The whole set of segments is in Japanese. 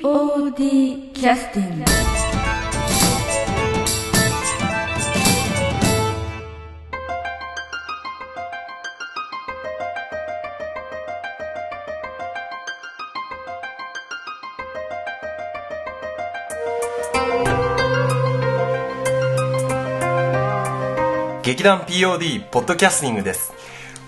POD キャスティング。劇団 POD ポッドキャスティングです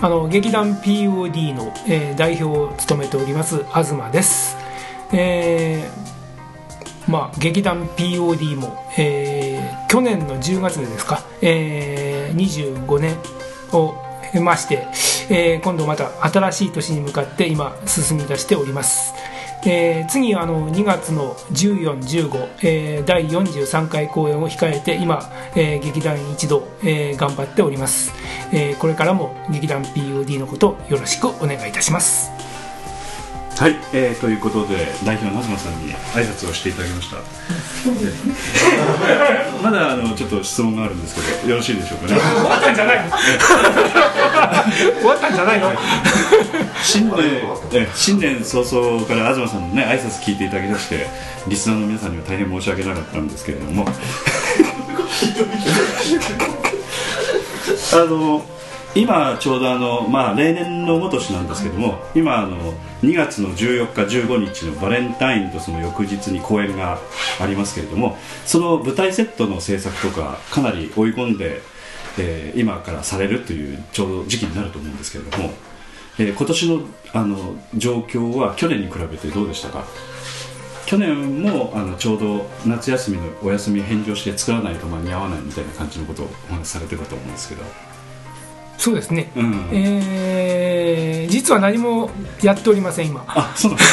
あの劇団 POD の、えー代表を務めております東ですえーまあ劇団 POD も、えー去年の10月でですか、えー25年を経まして、えー今度また新しい年に向かって今進み出しておりますえー次あの2月の1415、えー第43回公演を控えて今、えー劇団員一同、えー頑張っております、えーこれからも劇団 POD のことよろしくお願いいたしますはい、えーということで代表の東さんに挨拶をしていただきました でまだあのちょっと質問があるんですけどよろしいでしょうかね終わったんじゃないの終わったんじゃない の新年えー新年早々から東さんのね挨拶聞いていただきましてリスナーの皆さんには大変申し訳なかったんですけれどもあの今ちょうどあの、まあ、例年のごとしなんですけども今あの2月の14日15日のバレンタインとその翌日に公演がありますけれどもその舞台セットの制作とかかなり追い込んで、えー今からされるというちょうど時期になると思うんですけれども、えー今年のあの状況は去年に比べてどうでしたか去年もあのちょうど夏休みのお休み返上して作らないと間に合わないみたいな感じのことをお話しされてたと思うんですけど。そうですね、うんえー実は何もやっておりません今あそうなんで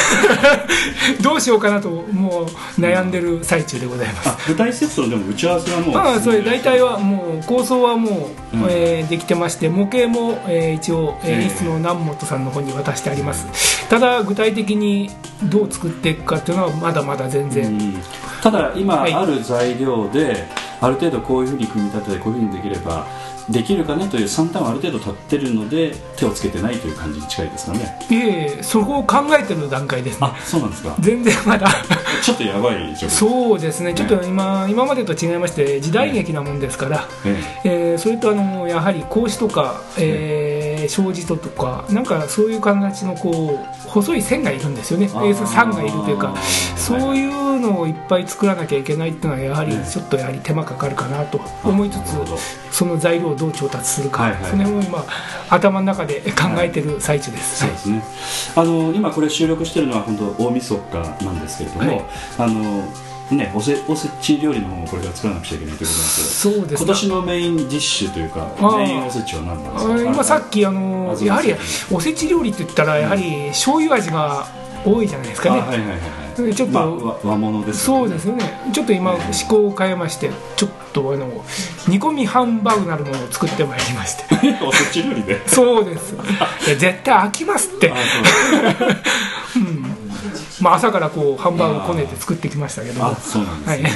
すどうしようかなともう悩んでる最中でございますあ舞台セットのでも打ち合わせはもうまあそれ大体はもう構想はもう、うんえーできてまして模型も、えー一応、えーええ演出の南本さんの方に渡してありますただ具体的にどう作っていくかっていうのはまだまだ全然、うんただ今はいある材料で、ある程度こういうふうに組み立ててこういうふうにできればできるかねという算段はある程度立ってるので手をつけてないという感じに近いですかねいえいえそこを考えてる段階ですねあそうなんですか全然ま だちょっとやばい状況そうですねちょっと今,、今までと違いまして時代劇なもんですから、ええーそれとあのやはり格子とか、えー障子ととかなんかそういう形のこう細い線がいるんですよね、えあーー、線がいるというかそうういうのをいっぱい作らなきゃいけないっていうのはやはりうんちょっとやはり手間かかるかなと思いつなるほどつその材料をどう調達するか、はいはいはいその辺を今頭の中で考えてる最中です、そうですね、あの今これ収録してるのは本当大晦日なんですけれども、はいあのねおせおせち料理の方もこれから作らなくちゃいけないということなんですそうですね今年のメインディッシュというかあーメインおせちは何なんあですかー今さっきあのあそうですやはりおせち料理って言ったらやはり醤油味が多いじゃないですかあね、はいはいはいはいちょっとまあわ和物ですそうですねよねちょっと今思考を変えましてちょっとあの煮込みハンバーグなるものを作ってまいりまして おせち料 理でそうですいや絶対飽きますってあそうまあ、朝からこうハンバーグをこねて作ってきましたけどもあそうなんではすいね、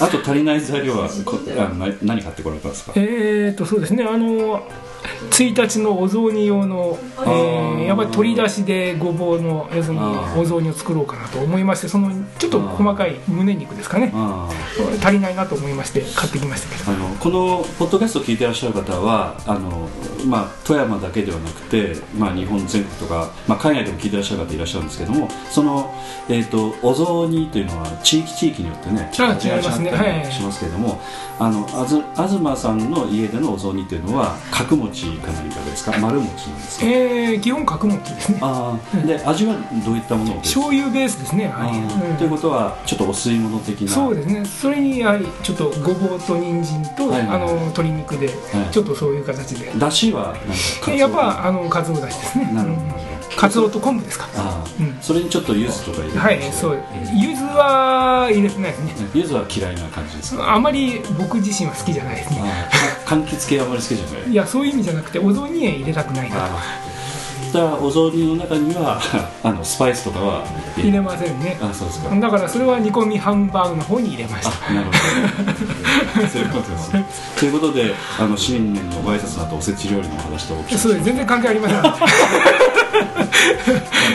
あと足りない材料はこあのな何買ってこられたんですかえーとそうですねあの1日のお雑煮用の、えーあーやっぱり取り出しでごぼうのやつにあーお雑煮を作ろうかなと思いましてそのちょっと細かい胸肉ですかねあー足りないなと思いまして買ってきましたけどあのこのポッドキャストを聞いてらっしゃる方はあの、まあ、富山だけではなくて、まあ、日本全国とか、まあ、海外でも聞いてらっしゃる方いらっしゃるんですけどもその、えー、とお雑煮というのは地域地域によってねあ違いますね味が違ったはいりしますけれども、あのあず東さんの家でのお雑煮というのは角餅か何かですか丸餅なんですか、えー基本角餅ですねあーで味はどういったものを醤油ベースですねやはあり、ーうんということはちょっとお吸い物的なそうですねそれにやはりちょっとごぼうと人参と、はいはいあの鶏肉でいちょっとそういう形で、だしはなんかでやっぱあのかつおだしですねなるほどうんカツオと昆布ですかあうあ、んそれにちょっと柚子とか入れてはいそう柚子は入れてないですね柚子は嫌いな感じですかあまり僕自身は好きじゃないですねああ柑橘系あまり好きじゃないいやそういう意味じゃなくてお雑煮入れたくないなああだからお雑煮の中には あのスパイスとかは入れませんねあそうですかだからそれは煮込みハンバーグの方に入れましたあなるほ どそういうことですねということであの新年のご挨拶の後おせち料理の話とお聞きそうです全然関係ありませんは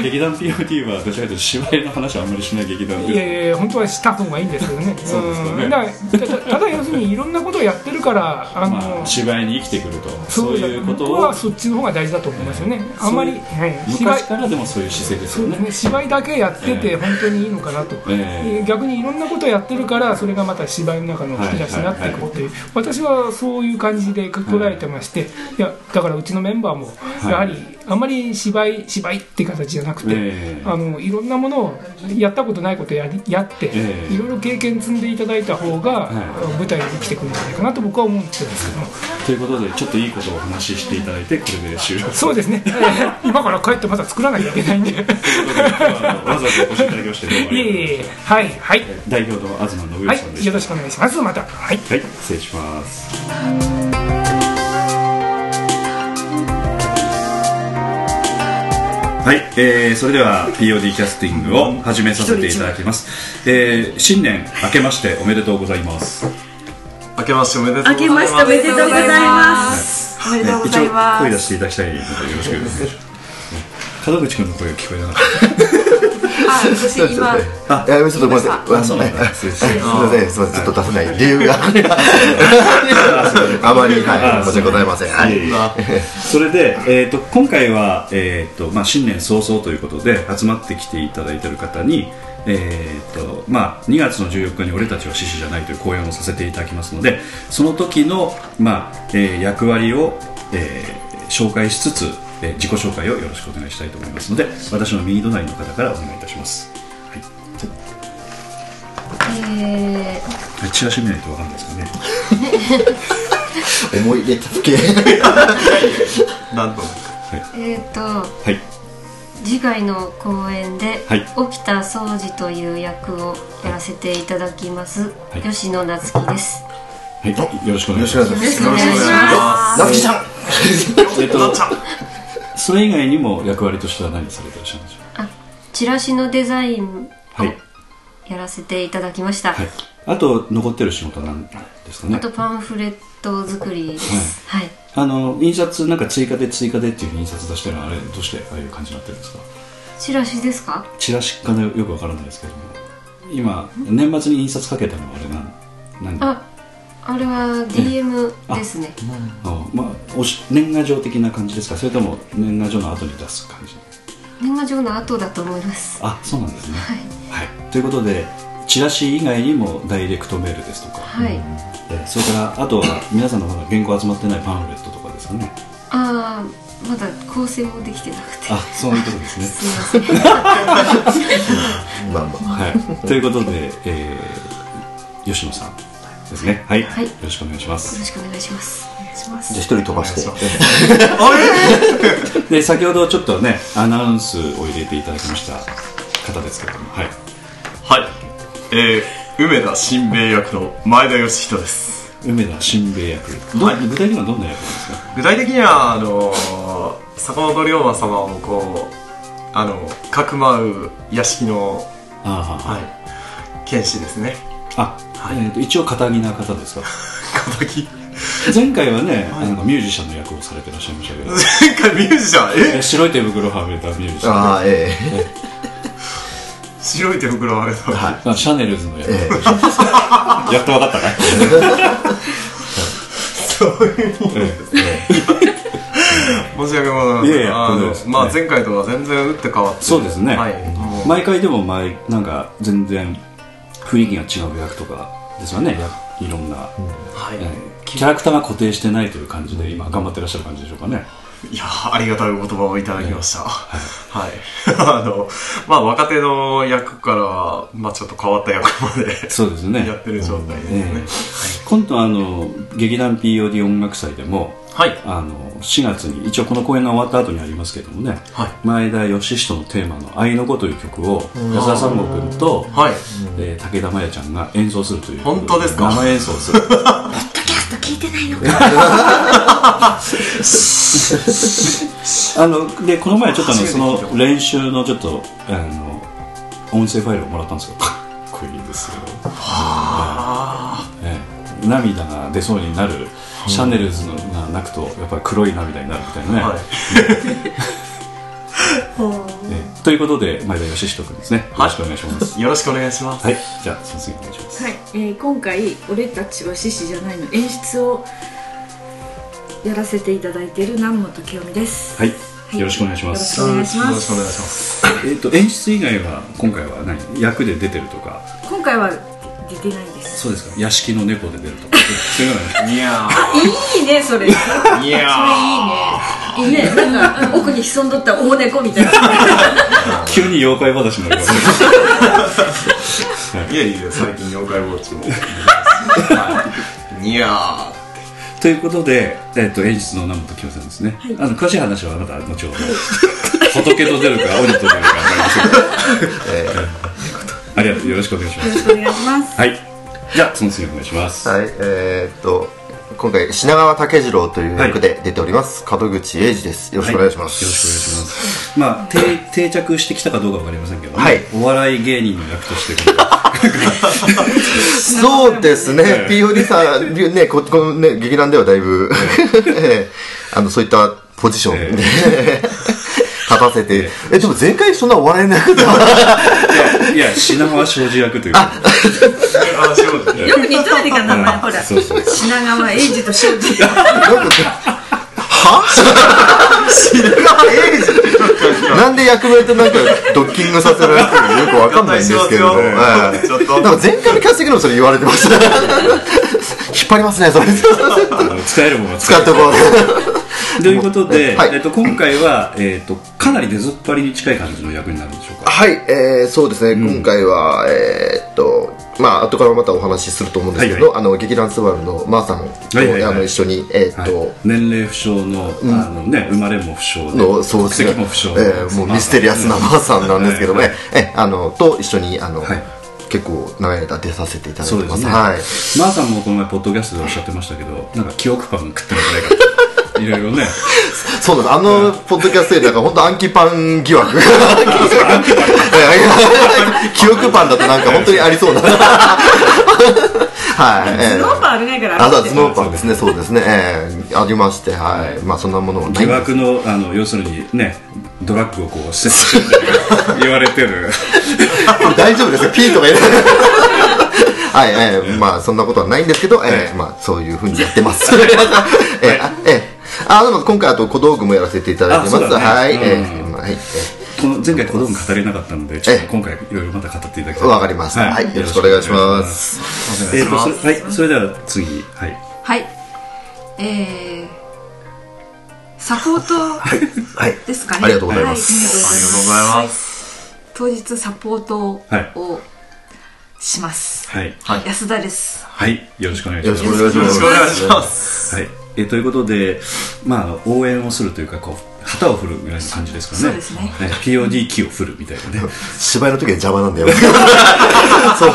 劇団 POD はどちらかというと芝居の話はあんまりしない劇団いいやいでやいや本当はした方がいいんですけどね そうですよねんだからたただ要するにいろんなことをやってるからあの、まあ、芝居に生きてくるとそうだいうこと僕をはそっちの方が大事だと思いますよね、あんまり、そういうはい芝居昔からでもそういう姿勢ですそようですねね芝居だけやってええて本当にいいのかなと、ええ逆にいろんなことやってるからそれがまた芝居の中の引き出しになっていくっていう、私はそういう感じで捉えてまして、い、やだからうちのメンバーもいやはりあんまり芝居芝居って形じゃなくて、ええあのいろんなものをやったことないことやりやって、ええいろいろ経験積んでいただいた方が、は舞台に生きてくるんじゃないかなと僕は思ってるんですけどもということでちょっといいことをお話ししていただいてこれで終 了そうですね、ええ今から帰ってまた作らなきゃいけないんで いということで今日はあのわざわざお越しいただきましてどうもえあいりがとうございまえいえしはいはい、た代表の東信は之さんでい、しよたろしくお願いします。また、はい。はい、失礼しますはい、えーそれでは POD キャスティングを始めさせていただきます、えー新年明けましておめでとうございます明けましておめでとうござい明ますけましておめでとうございますす。おめでとうござい一応声ま出す。していただきたいのでよろしくお願いします門口君の声が聞こえなかったはい、そして今、あ、やめちょっとごめんなさい。あそうのなねんだすいません、すいません、すいませんちょっと出せない理由があまり、はい、申し訳ございません。はい。いえいえそれで、えー、と今回は、えーとまあ、新年早々ということで集まってきていただいている方に、えーとまあ、2月の14日に「俺たちは獅子じゃない」という講演をさせていただきますのでその時の、まあえー役割を、えー紹介しつつ、えー自己紹介をよろしくお願いしたいと思いますので私の右隣の方からお願いいたします。はいえチラシ見ないとわかんないですかね。思い入れたけ。なんとー、えーとはい。次回の公演で、はい起きた掃除という役をやらせていただきます、はい吉野夏樹 です。はい。よろしくお願いし吉ます。野さん。よろしくお願いします。ラッキーちゃん。えっと、それ以外にも役割としては何されてらっしゃるんでしょうあ、チラシのデザインはい。やらせていただきました。はい。あと、残ってる仕事は何ですかねあ。とパンフレット作りです。はい。あの、印刷、なんか追加で追加でっていうふうに印刷出してるのは、あれ、どうしてああいう感じになってるんですかチラシですか？チラシかね、よくわからないですけども。今、年末に印刷かけたのはあれなん、なんあ、あれは DM あですね。あまあ、おし年賀状的な感じですかそれとも年賀状の後に出す感じ年賀状の後だと思います。あ、そうなんですね。はい。はい、ということでチラシ以外にもダイレクトメールですとか、はいえーそれからあとは皆さんの方が原稿集まってないパンフレットとかですかねああ、まだ構成もできてなくて。あそういうことですねすいません。まあまあ。はい、ということで、えー吉野さんですねはい、はいよろしくお願いしますよろしくお願いします。お願いしまじゃあ一す。人飛ばして。 で先ほどちょっとねアナウンスを入れていただきました方ですけどもはいはい、えー、梅田新兵衛役の前田義人です梅田新兵衛役どう、具体的にはどんな役なんですか具体的にはあのー坂本龍馬様をこうあのかくまう屋敷の、あー、は、はいい、剣士ですね あ、えーと一応堅気な方ですか敵前回はね、あのミュージシャンの役をされてらっしゃいましたけど前回ミュージシャンええ白い手袋をはめたミュージシャンああ、ええ。白い手袋あれだ、はい。あシャネルズの役、え やっと分かったかいそういう申し訳ございませんいやいやあのとんでもないですまあ前回とは全然打って変わってそうですね、はいもう毎回でも毎なんか全然雰囲気が違う役とかですよねいろんな、はい、えーキャラクターが固定してないという感じで今頑張ってらっしゃる感じでしょうかねいやーありがたいお言葉をいただきました。はい。 あの、まあ、若手の役から、まあ、ちょっと変わった役までそうですねやってる状態ですえね。ー今度あの劇団 POD 音楽祭でもはいあの4月に一応この公演が終わった後にありますけどもね、はい前田義人のテーマの「愛の子」という曲を安田三悟君と、はいえー武田真弥ちゃんが演奏するという本当ですか生演奏する あのでこの前ちょっとあのその練習のちょっとあの音声ファイルをもらったんですけどかっこいいですよええ涙が出そうになる、シャネルズのが泣くとやっぱり黒い涙になるみたいなね、はいええということで前田義人君ですねよろしくお願いしますよろしくお願いしますはい、じゃあ先生お願いしますはい、えー今回「俺たちは獅子じゃないの」演出をやらせていただいている南本清美ですはい、いよろしくお願いしよまろすしくお願いしよまろしくお願いすしますえっと演出以外は今回は何役で出てるとか今回は出てないんですそうですか屋敷の猫で出るとかそういうのはねいやいいねそれいいねーいやいいねなんか奥に潜んどった大猫みたいな 急に妖怪話になるよねーいやいや最近妖怪ウォッチもいやーということで、えっと演出の南本清さんですね、あの詳しい話はまた後ほど仏と出るか鬼と出るか分かりませんけどありがとうよろしくお願いしまよろすしくお願いします。はいじゃあその次お願いしますはい、えーっと今回品川武次郎という役で出ております、門口英二ですよろしくお願いします、よろしくお願いしますまあ定定着してきたかどうか分かりませんけど、はいお笑い芸人の役としてこうそうですね、POD さん、ね、ここのね、劇団ではだいぶ、 ええあの、そういったポジションで、 立たせて、え、でも前回そんなお笑いなかったいや品川庄司役というかあ仕事よく似とるか名前ほらそうそう品川英二と塩地 なんで役名となんかドッキングさせられてるのかよくわかんないんですけれども、合体しますよええちょっとなんか前回のキャスティングでもそれ言われてました。引っ張りますね、それ。あの使えるものは使使うってこう。ということで、はいえっと、今回は、えっと、かなり出ずっぱりに近い感じの役になるんでしょうかはい、えー、そうですね、今回は、えーっと、まあ後からまたお話しすると思うんですけど、はいあの劇団スバルのマーさんと、はいはいはいあの一緒に、えーっと、はい、年齢不詳の,、あのね、生まれも不詳でのそう国ですね籍も不詳えーもうミステリアスなマーさんなんですけども、はねいえあのと一緒にあの、はい結構長い間出させていただいてそうでますすね、はいマーさんもこの前ポッドキャストでおっしゃってましたけどなんか記憶パン食ってるんじゃない かといろいろねそうなんですあの、ポッドキャストでなんか本当暗記パン疑惑 記憶パンだとなんか本当にありそうなはい、えーローパーあるねからあとはスノーパンですね、そうですね、ええありまして、はい、まあそんなものはない疑んです。惑のあの要するにねドラッグをこうしてするって言われてるこれ 大丈夫ですよ、ピーとか言う。 はい、ええまあそんなことはないんですけど、ええまあそういうふうにやってます。え えあええあ、でも今回あと小道具もやらせていただいてまあす。そうだねはい、ええうんまあはい、えこの前回子供語れなかったのでちょっとええ今回いろいろまた語っていただきえたいわかりました。はい、よろしくお願いします。えーとそれはい、それでは次、はい、はい。えー、サポートはい、ですかね。ありがとうございますはあいりがとうございます当日サポートはいをします。はい、安田です。はい、よろしくお願いしよまろしす。くお願いしよまろしすくお。願いしますはい、えーということで、まああの、応援をするというか、こう、旗を振るぐらいの感じですかね。そうですねはい POD 旗を振るみたいなね。芝居の時は邪魔なんだよ。 そう。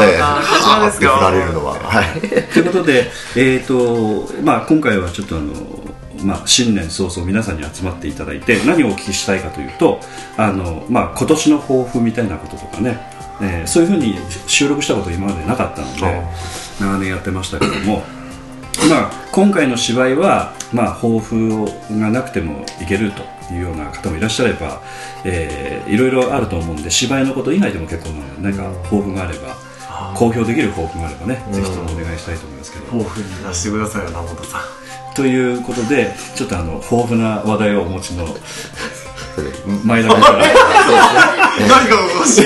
ええあって振られるのは、はい。ということで、えーとまあ、今回はちょっとあの、まあ、新年早々皆さんに集まっていただいて何をお聞きしたいかというとあの、まあ、今年の抱負みたいなこととかね、えーそういうふうに収録したこと今までなかったので長年やってましたけども。まあ、今回の芝居は、まあ、抱負がなくてもいけるというような方もいらっしゃれば、えーいろいろあると思うんで芝居のこと以外でも結構な何か抱負があれば公表できる抱負があればね、ぜひともお願いしたいと思いますけど、抱負に出してくださいよ南本さんということでちょっとあの豊富な話題をお持ちの それで前田君から何がおかしい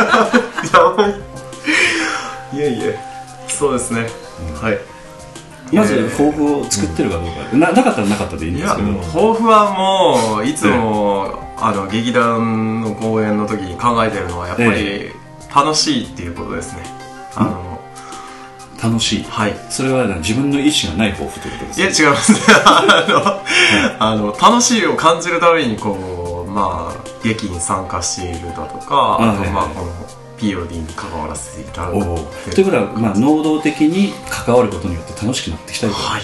やばいいやいやそうですね、はいまず抱負を作ってるかどうか、ななかったらなかったでいいんいでやすけど、抱負はもういつも、あの劇団の公演の時に考えてるのはやっぱりえ楽しいっていうことですね、あの楽しい、はいそれは自分の意思がない抱負ということですいや違いまねす あのあの楽しいを感じるためにこうまあ劇に参加しているだとかああとはいまあはいこの POD に関わらせていただくおうということは、まあ、能動的に関わることによって楽しくなってきたりとか、はい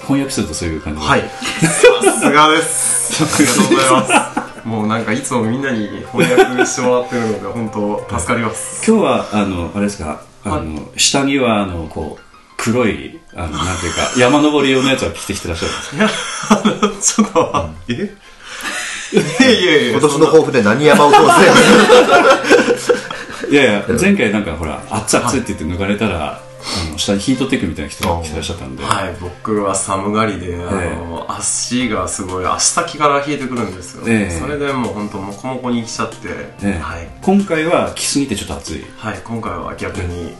翻訳するとそういう感じではいさすがですありがとうございますもうなんかいつもみんなに翻訳してもらってるので本当助かります今日はあのあれですかあの、下着はあのこう黒いあのなんてい うか山登り用のやつは着てきてらっしゃるんですかいやあの ちょっと、え いやいやいや今年の抱負で何山を通せいやいや前回なんかほら熱々って言って抜かれたら、あの下にヒートテックみたいな人が着てらっしゃったんで、はい僕は寒がりで、あの足がすごい足先から冷えてくるんですよ、ええそれでもう本当モコモコにきちゃって、ねはい、今回は着すぎてちょっと暑いはい、今回は逆に、はい、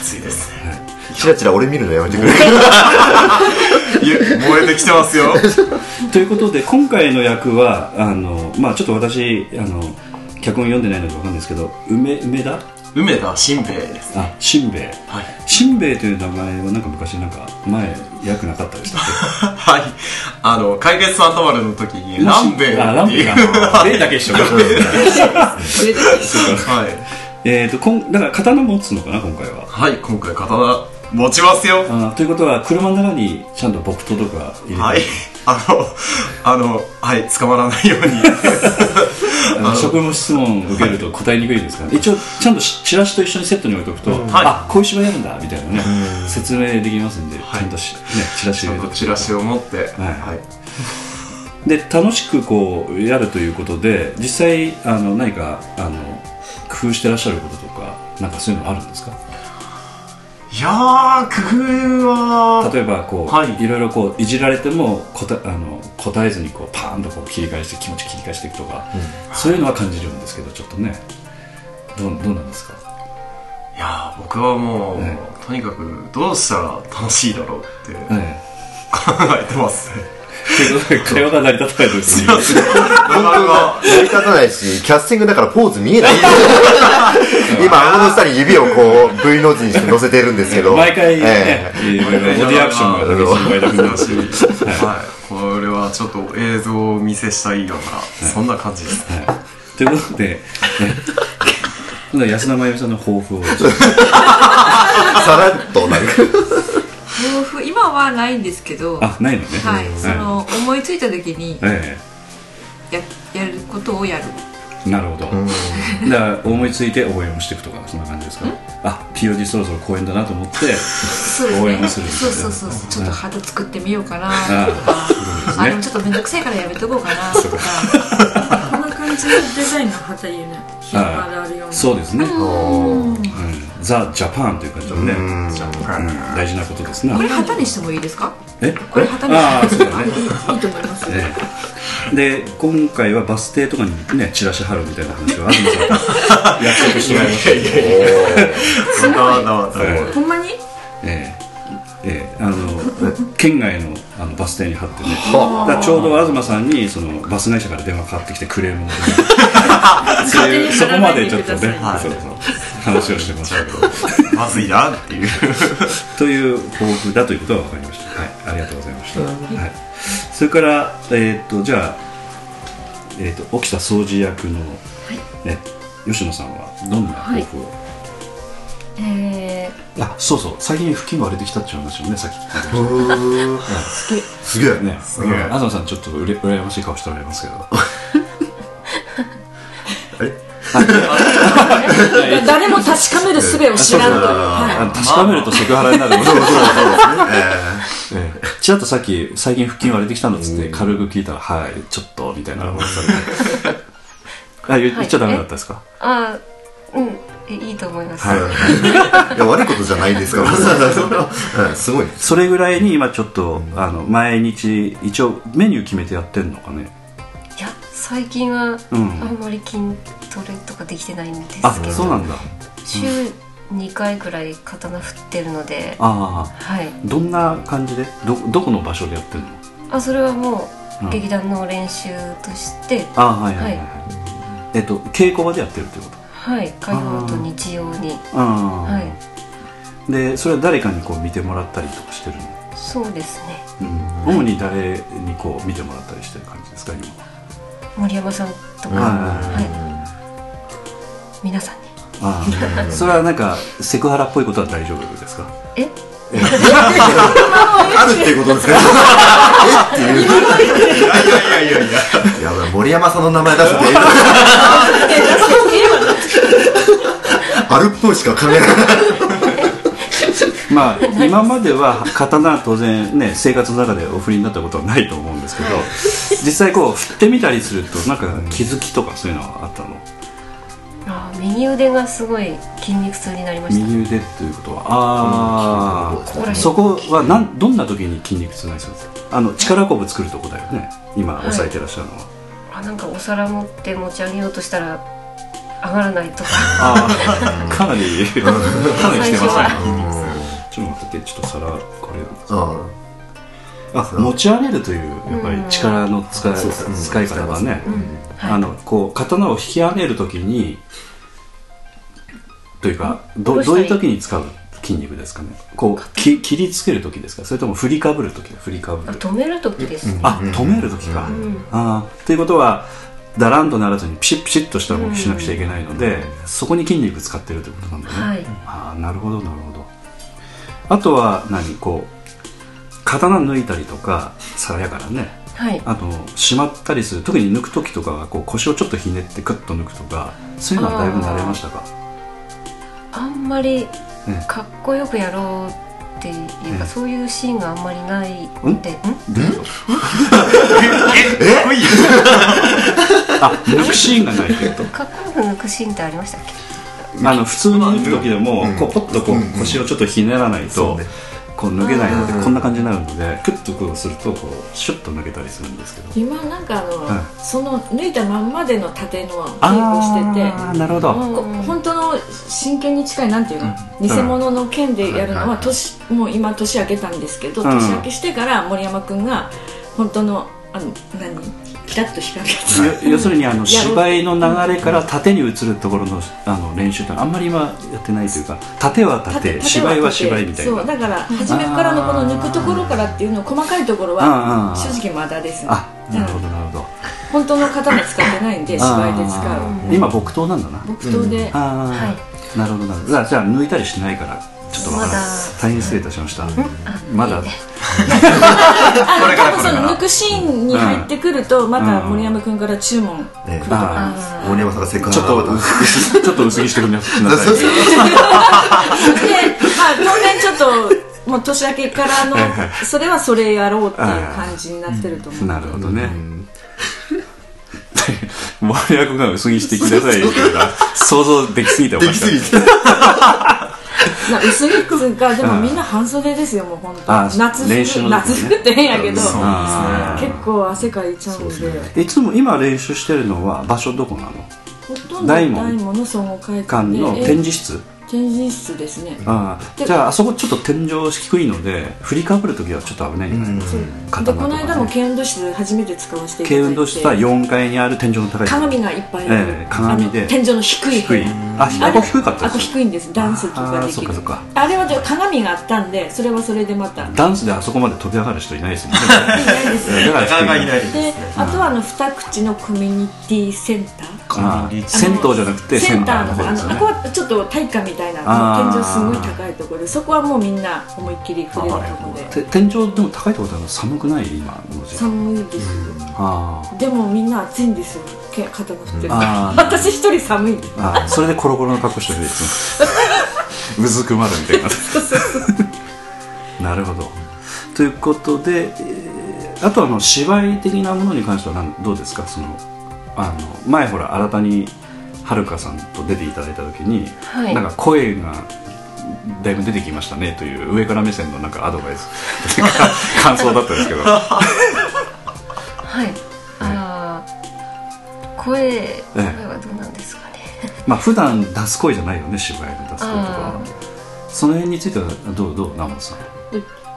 暑いですね、 チラチラ俺見るのやめてくれいや燃えてきてますよということで今回の役はあの、まあ、ちょっと私あの脚本読んでないのでわかんないですけど梅梅田梅田新兵衛ですあしんべヱはい、 しんべヱという名前はなんか昔なんか前役なかったでしたっはい、あの「解決サンタマル」の時けに「ランベイ」ってあランベいイう かは例だけ一緒かい、えっとこんだから刀持つのかな今回ははい、今回刀持ちますよあーということは車の中にちゃんと木刀とか入れて、はいあのあのはい捕まらないように あの職務質問を受けると答えにくいですから、一応ちゃんとしチラシと一緒にセットに置いておくと、はいあこういう芝居やるんだみたいなね説明できますんで、ちゃんとし、ね、チラシち入ょっれてとおくチラシを持って、はいはいで楽しくこうやるということで実際あの何かあの工夫してらっしゃることとかなんかそういうのあるんですかいやー工夫は例えばこう、、はいいろいろこういじられてもこたあの答えずにこうパーンとこう切り返して気持ち切り返していくとか、そういうのは感じるんですけどちょっとねどうどうなんですかいやー僕はもう、えとにかくどうしたら楽しいだろう って考ええてますねえということで会話が成り立たないですねなかなか成り立たないしキャスティングだからポーズ見えない 今顎の下に指をこう V の字にして乗せてるんですけど毎回ね、えいろいろボディアクションが心配だけどはい、これはちょっと映像をお見せしたいような、そんな感じですねはいということで、ね、今度は安田真由美さんの抱負をえさらっとなんか抱負今はないんですけどはあないのねいその思いついた時にえややることをやるえなるほど、だから思いついて応援をしていくとかそんな感じですかあ POD そろそろ公演だなと思ってそうです応ね援をするみたいそうなそうそうちょっと肌作ってみようかなとあかあでもちょっと面倒くさいからやめとこうかなとかこんな感じのデザインの旗入れない広がられるようなそうですね、うん、おーザ・ジャパンという感じのね、うんうん大事なことですねこれ旗にしてもいいですかえこれ旗にああしそてうもだねいいと思いますええで今回はバス停とかにねチラシ貼るみたいな話はあるんですよ 約束してもらいました またまたえほんまにええええあの県外のあのバス停に貼ってねだからちょうど東さんにそのバス会社から電話かかってきてクレー ムをそういうそこまでちょっとね、はいそうそう話をしてましたけどまずいなって いうという抱負だということは分かりました、はい、ありがとうございました、はい、それから、えー、とじゃあ、えー、と沖田掃除役の、ね、吉野さんはどんな抱負を、えー、あそうそう最近布巾が割れてきたっていう話をねさっき聞いてましたすげえね、げえうん東さんちょっとうれ羨ましい顔しておられますけ ど 誰も確かめる術を知らんとあはの確かめるとセクハラになるもんねえ ええちらっとさっき最近腹筋割れてきたのっつって軽く聞いたら「はいちょっと」みたい な話されてあ言言っちゃダメだったですか、あーうんえいいと思います、はいえいや悪いことじゃないです からうんすごいそれぐらいに今ちょっとあの毎日一応メニュー決めてやってんのかねいや最近はうんあんまり筋トレとかできてないんですけあど、そうなんだ週2回くらい刀振ってるのでああはいどんな感じでどどこの場所でやってんのあそれはもうんう劇団の練習として、ああはいはいはい、はい、えっと稽古場でやってるってことはい火曜と日曜にああ、はいでそれは誰かにこう見てもらったりとかしてるの、そうですねうん、主に誰にこう見てもらったりしてる感じですか今は森山さんとか、はいはい、皆さんにああそれはなんかセクハラっぽいことは大丈夫ですかえあるっていうことですかえっていうやいやいやいやいや森山さんの名前出す ってアルプーしか考えないまあ今までは刀は当然ね生活の中でお振りになったことはないと思うんですけど実際こう振ってみたりするとなんか気づきとかそういうのはあったのあー右腕がすごい筋肉痛になりました右腕っていうことはあここらあ辺そこはなんどんな時に筋肉痛になりそうですかあの力こぶ作るとこだよね今押さえてらっしゃるのは、あなんかお皿持って持ち上げようとしたら上がらないとかああかなりかなりしてます最初ねちょっと待ってちょっと皿これああ持ち上げるというやっぱり力の使い,、使い方がね、あのこう刀を引き上げるときにというかどどういう時に使う筋肉ですかねこうき切りつける時ですかそれとも振りかぶる時振りかぶある止める時です、あ止める時か、んああということはだらんとならずにピシッピシッとした動きしなくちゃいけないので、そこに筋肉使ってるということなんだね、はいああなるほどなるほどあとは何こう刀抜いたりとか皿やからねはいあとしまったりする特に抜く時とかはこう腰をちょっとひねってクッと抜くとかそういうのはだいぶ慣れましたかあんまりえかっこよくやろうっていうか、えそういうシーンがあんまりないんんでんどういうことあ抜くシーンがないということかっこよく抜くシーンってありましたっけあの普通に抜く時でも、こうポッとこう腰をちょっとひねらないと、こう抜けないので、こんな感じになるのでクッとこうするとこうシュッと抜けたりするんです けど今なんかあの、はその抜いたまんまでの縦の稽あ古しててあーなるほど、こ本当の真剣に近いなんていうの、ん偽物の剣でやはいはるのいははい年もう今年明けたんですけど、うん年明けしてから森山君が本当のあの何キラッと光るやつ、よ要するにあのやろう芝居の流れから縦に移るところのあの練習ってあんまり今やってないというか縦は縦縦縦芝居は縦芝居みたいそなうだから初めからのこの抜くところからっていうの細かいところあーあはー正直まだですねあなるほどなるほど本当の刀使ってないんで芝居で使あー今木刀なんだなう木刀で、ああ、なるほどなるほどじゃあじゃあ抜いたりしないからちょっとわからないまだ大変失礼いたしましたまだあこれから多分その抜くシーンに入ってくるとまた森山君から注文あ、ねあー森山さんがセクハちょっラとだった薄ちょっと薄着してくれなさそういそうで、まあ、当然ちょっともう年明けからのそれはそれやろうっていう感じになってると思う、なるほどね、丸役が薄着してくださいっていうのが想像できすぎておでかきしすかっぎてな薄い靴がでうもんみんな半袖ですよもう本あ当夏練習服、の時ね夏服って変やけど結たあ構汗かいちゃうんでーいつも今練習してるのは場所どこなのほとんど大大門門の総合会館館でのえ展示室、展示室ですねああじゃああそこちょっと天井低いので振りかぶるときはちょっと危ないんじゃないですか、で刀ことの間かもね軽運動室初めて使わせていただい軽て運動室は4階にある天井の高いところ鏡がいっぱいある、ええ鏡であの天井の低い部低い屋あひあこ低かったあですと低いんですダンスとかあーできそっるかそっかあれはでも鏡があったんでそれはそれでまたダンスであそこまで飛び上がる人いないですもんねないですだからなかなかいないであとはあの二口のコミュニティセンターああ銭湯じゃなくてセセンンタターの方ーの方ですあよのあねこはちょっと体育館みたいなあー天井すごい高いところでそこはもうみんな思いっきり触れるところてで天井でも高いところだと寒くない今の時期寒いですあでもみんな暑いんですよけ肩が振ってるあー 私一人寒いんでああそれでコロコロの格好してるいつもうずくまるみたいななるほどということで、えーあとあの芝居的なものに関してはなんどうですかそのあの前ほら新たにはるかさんと出ていただいた時に、はいなんか声がだいぶ出てきましたねという上から目線のなんかアドバイス 感想だったんですけどはいああ声声えはどうなんですかねまあ普段出す声じゃないよね芝居で出す声とかあはその辺についてはどうどう南本さん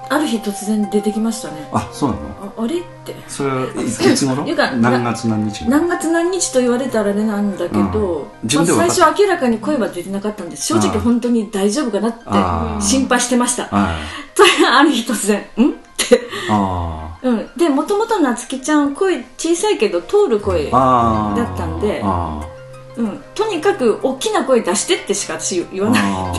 ある日突然出てきましたねあそうなのああれってそれはいいつ頃ゆか何月何日何月何日と言われたらあれなんだけど、うん自分ではまあ分かっ最初明らかに声は出てなかったんです正あ直ー本当に大丈夫かなあっーて心配してましたはいそれがある日突然「ん?」ってあうんでもともと夏希ちゃん声小さいけど通る声ーあーだったんであうん、とにかく大きな声出してってしか私言ーわないあ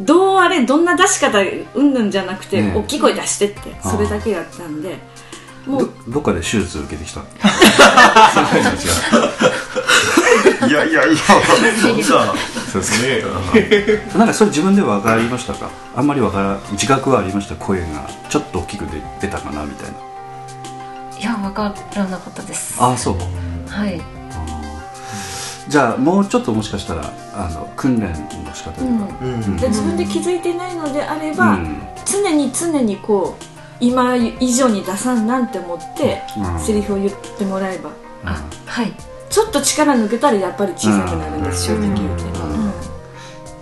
どうあれどんな出し方うんぬんじゃなくて、ええ大きい声出してってあーそれだけやったんでもうーどどっかで手術受けてきた違ういや いやいやそうですね なんかそれ自分で分かりましたかあんまり分から自覚はありました声がちょっと大きく出出たかなみたいないや分からなかったですああそうはいじゃあもうちょっともしかしたらあの訓練の仕方とういうか、んうんで自分で気づいてないのであれうば、ん常に常にこう今以上に出さんなんて思って、うんセリフを言ってもらえばあはいちょっと力抜けたらやっぱり小さくなるんです、うん正直言うて、うん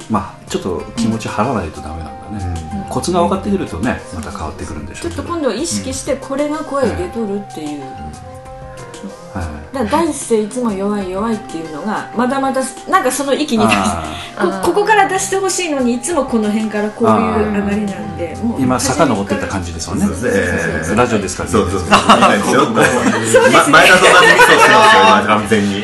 まあちょっと気持ち張らないとダメなんだね、うんコツが分かってくるとねまた変わってくるんでしちょょうけっとど今度は意識してこれが声出とるっていはいう、だから第一声いつも弱い弱いっていうのがまだまだなんかその域に出しああーこここから出してほしいのにいつもこの辺からこういう上がりなんでも ーう今坂登ってった感じですもんねそうですねラジオですから、ね、そうそうそう見ないですよもうま前田と同じミスをしてますよ今完全にも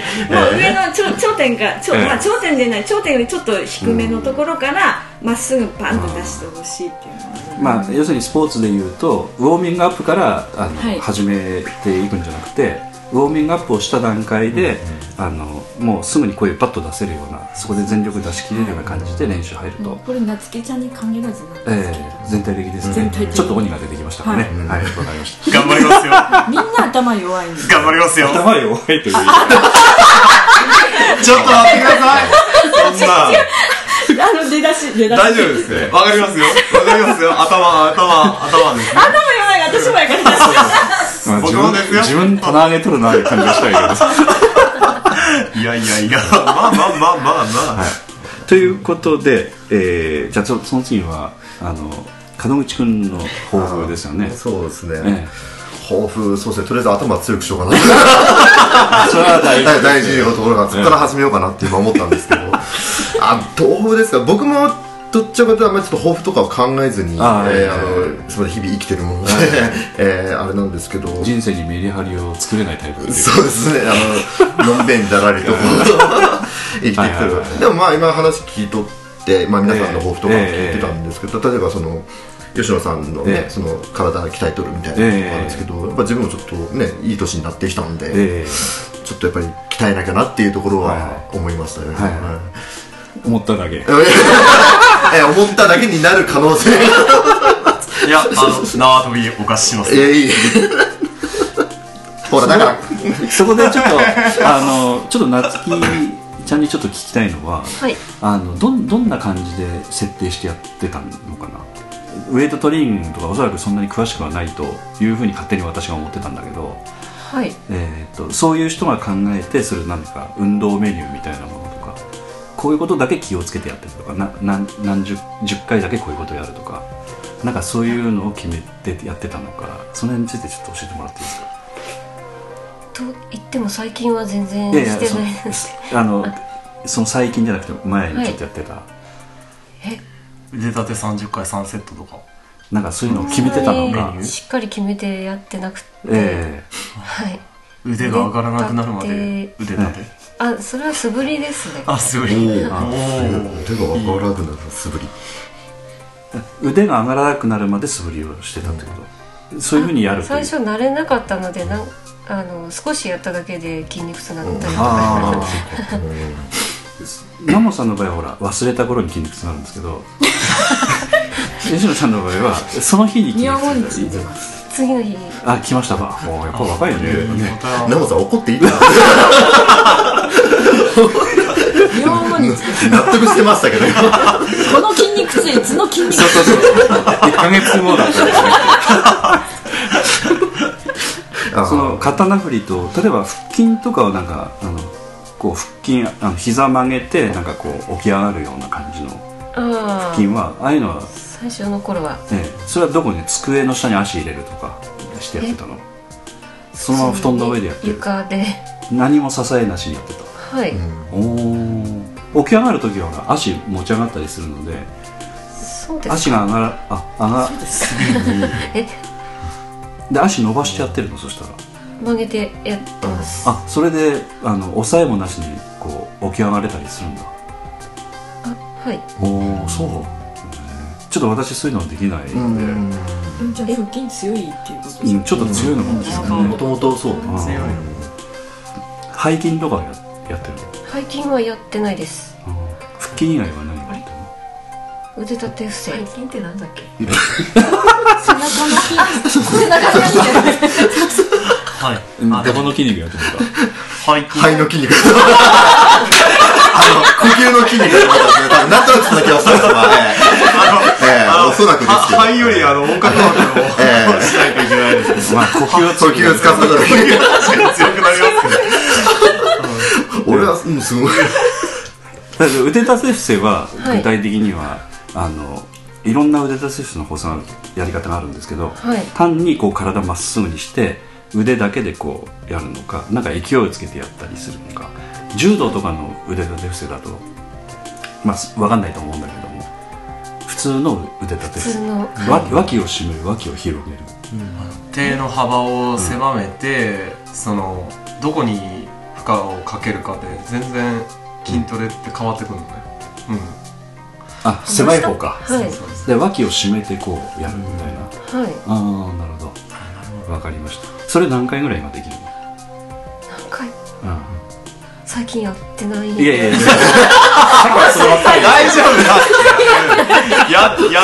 う 上の頂頂点が頂,、ええまあ、頂点じゃない頂点よりちょっと低めのところからまっすぐバンと出してほしいっていうのがまあ、要するにスポーツでいうとウォーミングアップからあの、はい始めていくんじゃなくてウォーミングアップをした段階で、あのもうすぐに声をパッと出せるようなそこで全力出し切れるような感じで練習入ると、これ夏希ちゃんに限らずなんですけど、えー全体的ですね全体的ちょっと鬼が出てきましたからねはいはいわ、かりました頑張りますよみんな頭弱い んです頑張りますよ頭弱いというちょっと待ってくださいそんなあの出だし出だし大丈夫ですねわかりますよわかりますよ頭頭頭ですね頭弱い私もやから まあ自僕もです分よ自分棚上げとるなという感じがしたいけどいやいやいやまあまあまあまあまあということで、えーじゃあそその次はあの門口君の抱負ですよねそうですええね抱負そうですねとりあえず頭強くしようかなそれは大大大事なところがそこから始めようかなって今思ったんで すけどあどうですか僕もどっちかというとあんまりちょっと抱負とかを考えずにあーえーはいはいはいあのすみません日々生きてるもので、えーあれなんですけど人生にメリハリを作れないタイプっていうそうですねあののんべんだらりと生きてきてはる、いはいはいでもまあ今話聞いとって、まあ、皆さんの抱負とかもええ聞いてたんですけど、例えばその吉野さんのね、ええその体鍛えとるみたいなのもあるんですけど、やっぱ自分もちょっとねいい年になってきたんで、えちょっとやっぱり鍛えなきゃなっていうところはいはは思いましたよね、はいはいはいえ思っただけえ思っただけになる可能性がいやあの縄跳びお貸ししますいやいいほらだからそこでちょっと あのちょっと夏希ちゃんにちょっと聞きたいのははいあのどんどんな感じで設定してやってたのかなウェイトトレーニングとかおそらくそんなに詳しくはないというふうに勝手に私が思ってたんだけど、はいえー、とそういう人が考えてする何か運動メニューみたいなものとかこういうことだけ気をつけてやってるとかな何何十10回だけこういうことやるとかなんかそういうのを決めてやってたのかその辺についてちょっと教えてもらっていいですかと言っても最近は全然いやいやしてないそのあのその最近じゃなくて前にちょっとやってた、腕立て30回3セットとかなんかそういうのを決めてたのそがんなに しっかり決めてやってなくて、えはい腕が上がらなくなるまで腕立てあそれは素振りですねあすごいおおー手が分からなくなる素振りえ腕が上がらなくなるまで素振りをしてたってこと、そういうふうにやるという最初慣れなかったのでなんあの少しやっただけで筋肉痛になったりとかああナモさんの場合はほら忘れた頃に筋肉痛になるんですけ ど吉野さんの場合はその日に筋日肉痛本にになるついてます次の日あ来ましたかもうやっぱ若いよねね答えナはモさん怒っていいかな日本について納得してましたけどこの筋肉痛いつの筋肉痛そうそう1ヶ月後だったんですねあーその刀振りと例えば腹筋とかをなんかあのこう腹筋あの膝曲げてなんかこう起き上がるような感じのあ腹あ筋はああいうのは最初の頃はええそれはどこに机の下に足入れるとかしてやってたのそのまま布団の上でやってる床で何も支えなしにやってたはい、おお起き上がる時はほら足持ち上がったりするのでそうで す足が上がらあ上がえで足伸ばしてやってるのそしたら曲げてやってますあそれであの抑えもなしにこう起き上がれたりするんだはいおおそうへえちょっと私そういうのはできないので、うんうんじゃあ腹筋強いっていうことですちょっと強いのかもしれないねもともとそううん強い背筋とかややってるの背筋はやってないです腹筋以外は何やってるの腕立て伏せ最近ってなんだっけ背中の筋背中の筋はいうん顎の筋肉やってるか背筋肺の筋肉あの呼吸の筋肉がまだね多分なんとなくそんな気がするんですわねええおそらくですけど肺よりあの音楽の方をしないといけないですねまあ呼吸は呼吸を使ったから確かに強くなりますけど俺はうんすごいだけど腕立て伏せははい具体的には、あのいろんな腕立て伏せの方さやり方があるんですけど、はい単にこう体まっすぐにして腕だけでこうやるのかなんか勢いをつけてやったりするのか柔道とかの腕立て伏せだとまあすわかんないと思うんだけども普通の腕立て伏普通せのわ脇を締める脇を広げる手の幅を狭めて、そのどこに負荷をかけるかで全然筋トレって変わってくるのねうん、あ狭い方かはいそうですで脇を締めてこうやるみたいな、はいああなるほどわかりましたそれ何回ぐらい今できるの何回うん最近やってないいやいやい や、大丈夫だやや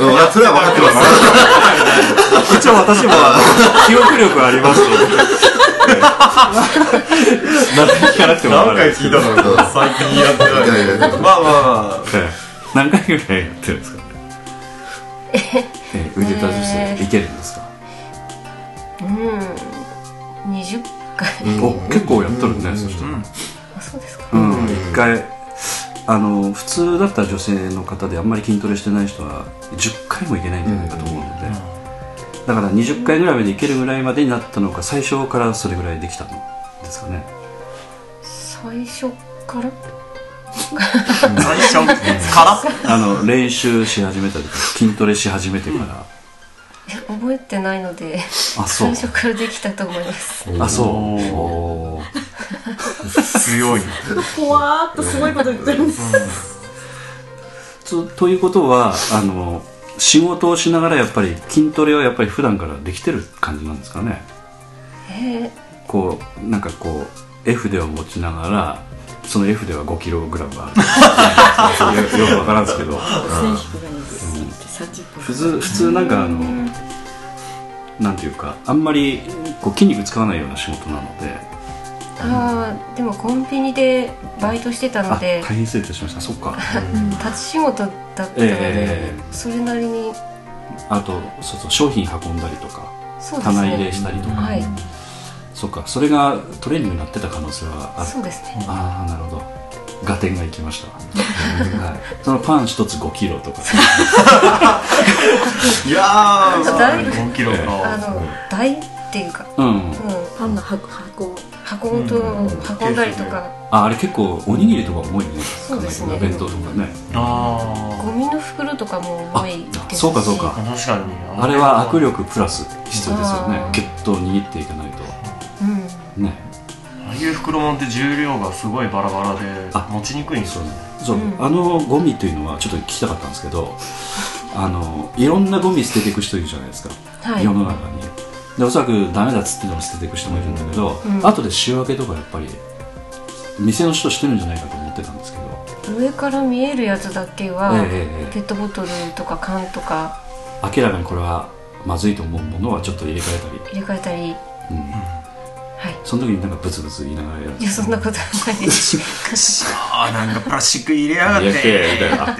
うんあそれは分かってます一応私もあの記憶力ありますので。何回聞かなくても何分かるん回です聞けいどたのか最近やってないいやいやいやまあまあまあええ何回ぐらいやってるんですかええ腕立て伏せいけるんですかうん20回お結構やっとるねそしたらあそうですかうん一回あの普通だったら女性の方であんまり筋トレしてない人は10回もいけないんじゃないかと思うのでだから20回ぐらいまでいけるぐらいまでになったのか最初からそれぐらいできたんですかね最初から最初からあの練習し始めたりとか筋トレし始めてから、え覚えてないのであそう最初からできたと思いますあそうおーおー強いぽわーっとすごいこと言ってるんですとということはあの仕事をしながらやっぱり筋トレはやっぱり普段からできてる感じなんですかねえー、こうなんかこう絵筆を持ちながらその絵筆は5キログラムある そうよよくわからんですけど線引くがいいです30分普通普通なんかあのなんていうかあんまりこう筋肉使わないような仕事なのであーでもコンビニでバイトしてたあので大変失礼いたしましたそっか立ち仕事だったので、ええそれなりにあとそうそう商品運んだりとかそうですね棚入れしたりとか、はいそうかそれがトレーニングになってた可能性はあるそうですねああなるほど合点がいきま した、はい、そのパン一つ5キロとかそいやーだいぶ5キロあかの台っていうか、ううんうパンの箱箱ん、運んと、うん運んだりとかああれ結構おにぎりとか重いねそうですね考えたら弁当とかねあゴミの袋とかも重いですしそうかそうかあ確かにあれは握力プラス必要ですよねあーギュッと握っていかないうんとねああいう袋もんって重量がすごいバラバラであ持ちにくいんですそようねそう、うんあのゴミというのはちょっと聞きたかったんですけ どあのいろんなゴミ捨てていく人いるじゃないですかはい世の中にでおそらくダメだっつってのを捨てていく人もいるんだけど、うん後で仕分けとかやっぱり店の人してるんじゃないかと思ってたんですけど、上から見えるやつだけは、ええええペットボトルとか缶とか明らかにこれはまずいと思うものはちょっと入れ替えたり、入れ替えたりうんはいその時になんかブツブツ言いながらやるいやそんなことはない ですあーなんかプラスチック入れやがっやっててみたいな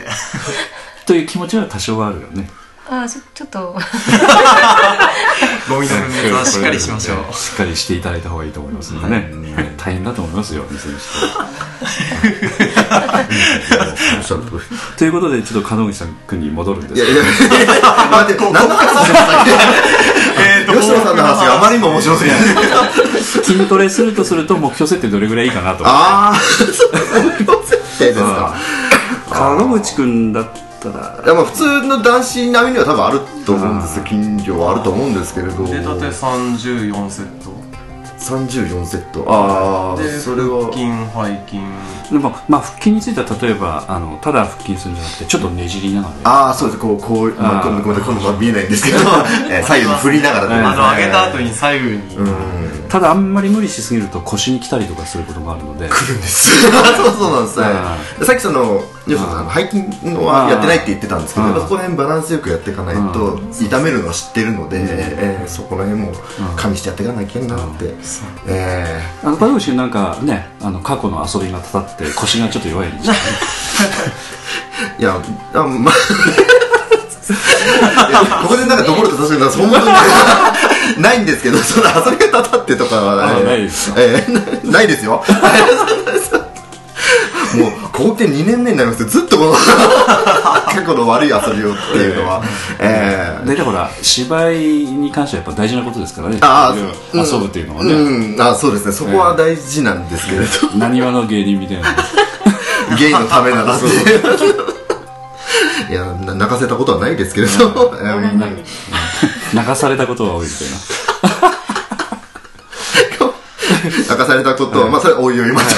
という気持ちは多少はあるよねあああちょちょっとゴミの分別はしっかりしましょうこれはねしっかりしていただいた方がいいと思いますね。うんはい大変だと思いますよ、店の人はそうそうということで、ちょっと門口さん君に戻るんですいやけいどや、待って、何の話してましたっけ吉野さんの話があまりにも面白すぎない。筋トレするとすると、目標設定どれぐらいいいかなと。あー、そう設定ですか。門口君だったらいやまあ普通の男子並みには多分あると思うんですよ近所はあると思うんですけれど腕立て34セット34セットああでそれは腹筋背筋でも、まあ、腹筋については例えばあのただ腹筋するんじゃなくてちょっとねじりながらああそうですこうこう、まああ、ーごめんなさい今度は見えないんですけど、えー左右に振りながらうとんあの上げた後にに左右にうんただあんまり無理しすぎると腰に来たりとかすることもあるので そうそうなんですねあさっきその吉野さんあの背筋のはやってないって言ってたんですけどあやーっぱそこら辺バランスよくやっていかないと痛めるのは知ってるので、えーそこら辺も加味してやっていかなきゃいけんなって、えーあのバルシなんかねあの過去の遊びがたたって腰がちょっと弱いんですよねいや、あ まあいやここでなんかどころと確かにそんなことないないんですけど、その遊び方だってとかは、あないですかえーなないですよ。もう、ここって2年目になりますけど、ずっとこの 過去の悪い遊びをっていうのは、えー大体ほら芝居に関してはやっぱ大事なことですからねああ遊ぶっていうのはね、 うん、あそうですね、そこは大事なんですけれど、なにわの芸人みたいなゲイのためならっ ていういや、な泣かせたことはないですけれど、えーなんか流されたことは多いみたいな明かされたことは、まあそれはおいおいまた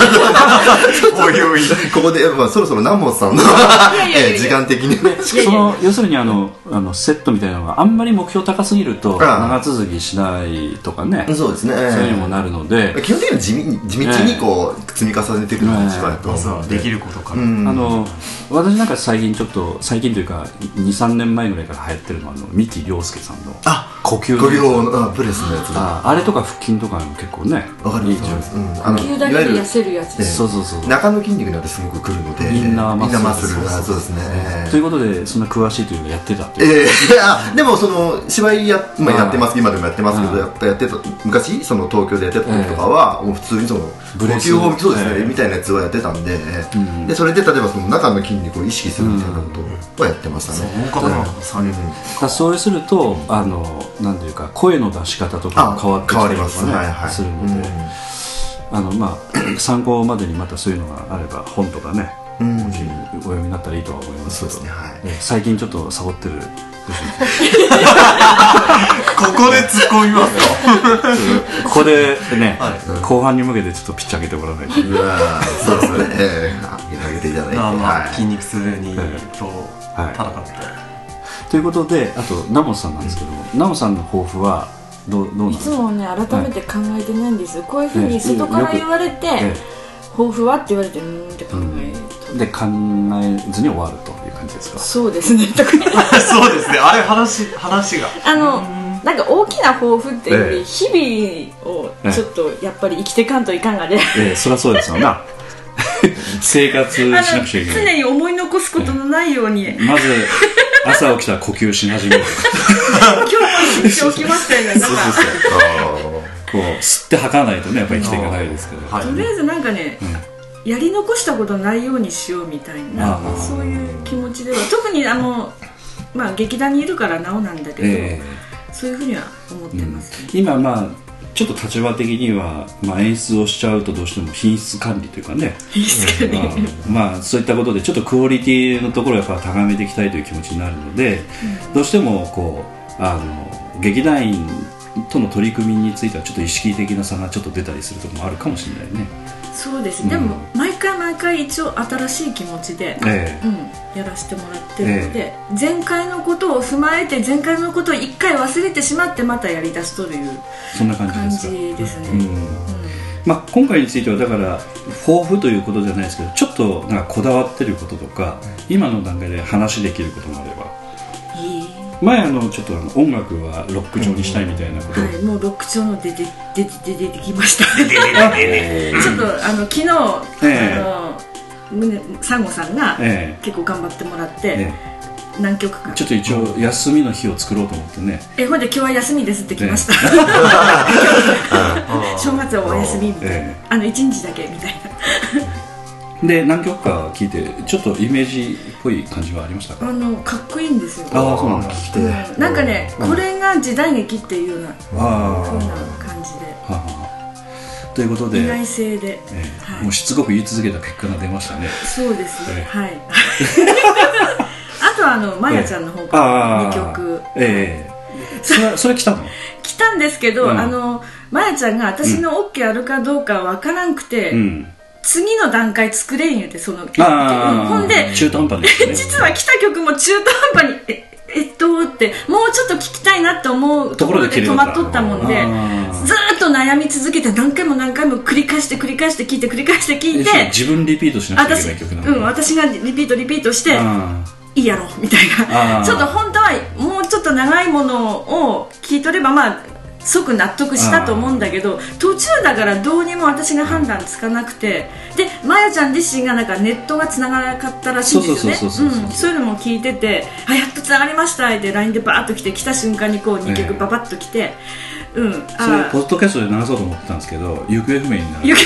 おい おいここで、まあ、そろそろ南本さんの えー時間的にねその要するにあのあのセットみたいなのがあんまり目標高すぎるとああ長続きしないとかね そうですねそういうのもなるので、基本的には地味に地道にこう積み重ねていくのが一番やとまず思うはんでできることかうら、んあの私なんか最近ちょっと最近というか23年前ぐらいから流行ってるのはあの三木亮介さんのあ呼吸ご利用のやつのあプレスのやつだああれとか腹筋とかも結構ねわかりいいまじゃんすうんあの急いだわけゆでる痩せるやつえそうそうそう中の筋肉なんてすごくくるのでインナーマッスルインナマッスルがそうですねということでそんな詳しいというかやってたというええ あでもその芝居や,、まあ、うんやってます今でもやってますけうどんやっぱやってた昔その東京でやってた時とかは、もう普通にそのブレス呼吸法そうですね、ええみたいなやつはやってたんで,、んでそれで例えばその中の筋肉を意識するみたいなことはやってましたね、本格なう3人だんからそうするとあのなんていうか声の出し方とかも変わってきたりとかね変わりますするねので、あのまあ 参考までにまたそういうのがあれば本とかねうん、うんお読みになったらいいとは思いますそうけでどすねはいえ最近ちょっとサボってるここで突っ込みますかここで ね、はい後半に向けてちょっとピッチ上げてもらわないとうわーそうですね、ええあ上げていただいて、まあまあはい筋肉痛にとい戦って、ということであとナモさんなんですけども、ナモさんの抱負はどうどうなんいですつかもね改めて考えてないんですよ、こういうふうに外から言われて、え抱負はって言われてうーんって考えると、えで考えずに終わるという感じですかそうで すね特にそうですねあれ話話があのなんか大きな抱負っていうより、日々をちょっとやっぱり生きていかんといかんがで、ええそりゃそうですよ な生活しあなのくちゃいけない常に思い残すことのないように、まず朝起きたら呼吸し始める今日も一日起きましたよねなんかこう吸って吐かないとねやっぱり生きていかないですから、はいとりあえずなんかね、やり残したことないようにしようみたいなああそういう気持ちでは特にあのまあ劇団にいるからなおなんだけど、えそういうふうには思ってますね、え今まあちょっと立場的には、まあ、演出をしちゃうとどうしても品質管理というかね、いいですかね、まあ、まあそういったことでちょっとクオリティのところをやっぱ高めていきたいという気持ちになるので、どうしてもこうあの劇団員との取り組みについてはちょっと意識的な差がちょっと出たりするところもあるかもしれないね。そうです、うんでも毎回毎回一応新しい気持ちで、えうん、やらせてもらってるので、前回のことを踏まえて前回のことを一回忘れてしまってまたやりだしとるいうえ、そんな感じ感ですか。じですね、うんまあ、今回についてはだから抱負ということじゃないですけどちょっとなんかこだわってることとか今の段階で話できることもあればいい前あのちょっとあの音楽はロック調にしたいみたいなことを、はい、もうロック調の出て出て出て出てき ました。ちょっとあの昨日、ええあのむねサンゴさんがえ結構頑張ってもらって、ええ何曲かちょっと一応休みの日を作ろうと思ってねえほんで今日は休みですって来ました、 正月はお休みみたいな、えあの一日だけみたいで何曲か聞いてちょっとイメージっぽい感じはありましたかなあのかっこいいんですよああそうなんだ来てうんなんかね、これが時代劇っていうようなああそんな感じではあはあということで、意外性で、ええはいもうしつこく言い続けた結果が出ましたねそうですね、ええはい あとはあのまやちゃんの方からああ2曲ええそれそれ来た の来たんですけど、うんあのまやちゃんが私の OK あるかどうかわからんくて、うん次の段階作れん言うてそのああほんで中途半端ですね 実は来た曲も中途半端にええっとってもうちょっと聞きたいなって思うととこころろでで切れ止たまっとったもんであーずーっと悩み続けて何回も何回も繰り返して繰り返して聞いて繰り返して聞いえてそう自分リピートしなくちゃいけな私い曲なのうん、私がリピートリピートしてあいいやろみたいあーなちょっと本当はもうちょっと長いものを聞いとればまあ即納得したと思うんだけど途中だからどうにも私が判断つかなくてでまやちゃん自身がなんかネットがつながらなかったらしいんですよねそうそうそうそうそううんそういうのも聞いてて「あやっとつながりました」って LINE でバーッと来て来た瞬間にこう2ええ曲ババッと来て、うんあそれあポッドキャストで流そうと思ってたんですけど行方不明になるゆき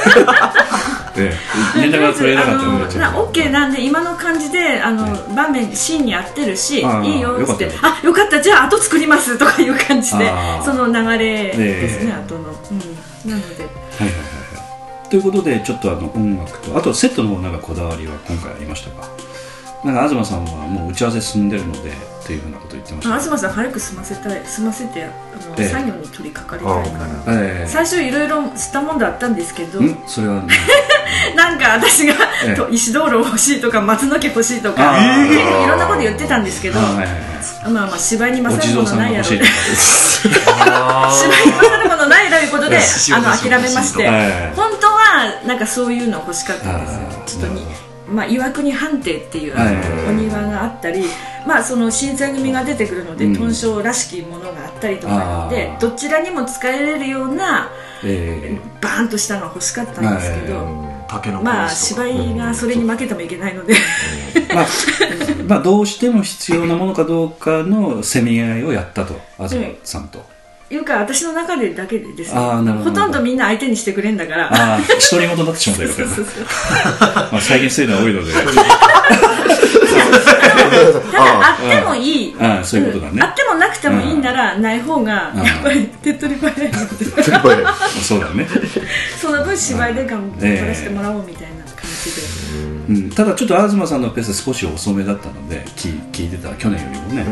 ええ連絡が取れなかったのでちょっあのなと OK なんで今の感じであの、場面シーンに合ってるしいいあーよっつってよかったあよかったじゃあ後作りますとかいう感じであーその流れですえね、え後の、うん、なのではいはいはいはい。ということで、ちょっとあの音楽と、あとセットの方なんかこだわりは今回ありましたかなんか東さんはもう打ち合わせ進んでるのでというふうなこと言ってましたあね。東さん早く済ませたい済ませてあの、ええ作業に取り掛かりたいから。え最初いろいろしたもんだあったんですけどえんそれはね。 なんか私が、ええと石灯籠欲しいとか松の毛欲しいとあかーいろんなこと言ってたんですけどあはいはいはいまあまあ芝居にお勝地る蔵ものさんながいや欲ろしいうとかです。芝居に勝るものないということであの諦めま してはいはいはい本当はなんかそういうの欲しかったんあーですよちょっとなにるまあ岩国判定っていう、はいお庭があったりまあその新選組が出てくるのでうん豚章、らしきものがあったりとかなのであーどちらにも使えれるようなえバーンとしたのが欲しかったんですけど、竹の子まあ 芝居がそれに負けてもいけないので、えまあ、まあどうしても必要なものかどうかのせめぎ合いをやったと、東さんと。 いうか私の中でだけでですねあーなるほどほとんどみんな相手にしてくれんだからああ、独り言になってしまったようそうなそうそうまあ最近そういうのは多いので。ただあってもいい、うんあーそういうことだねんあってもなくてもいいならない方がやんっぱり手っ取り早いので やっぱりそうだね。その分芝居で頑張ええらせてもらおうみたいな感じうん、ただちょっと東さんのペース少し遅めだったので聞聞いてた去年よりもねう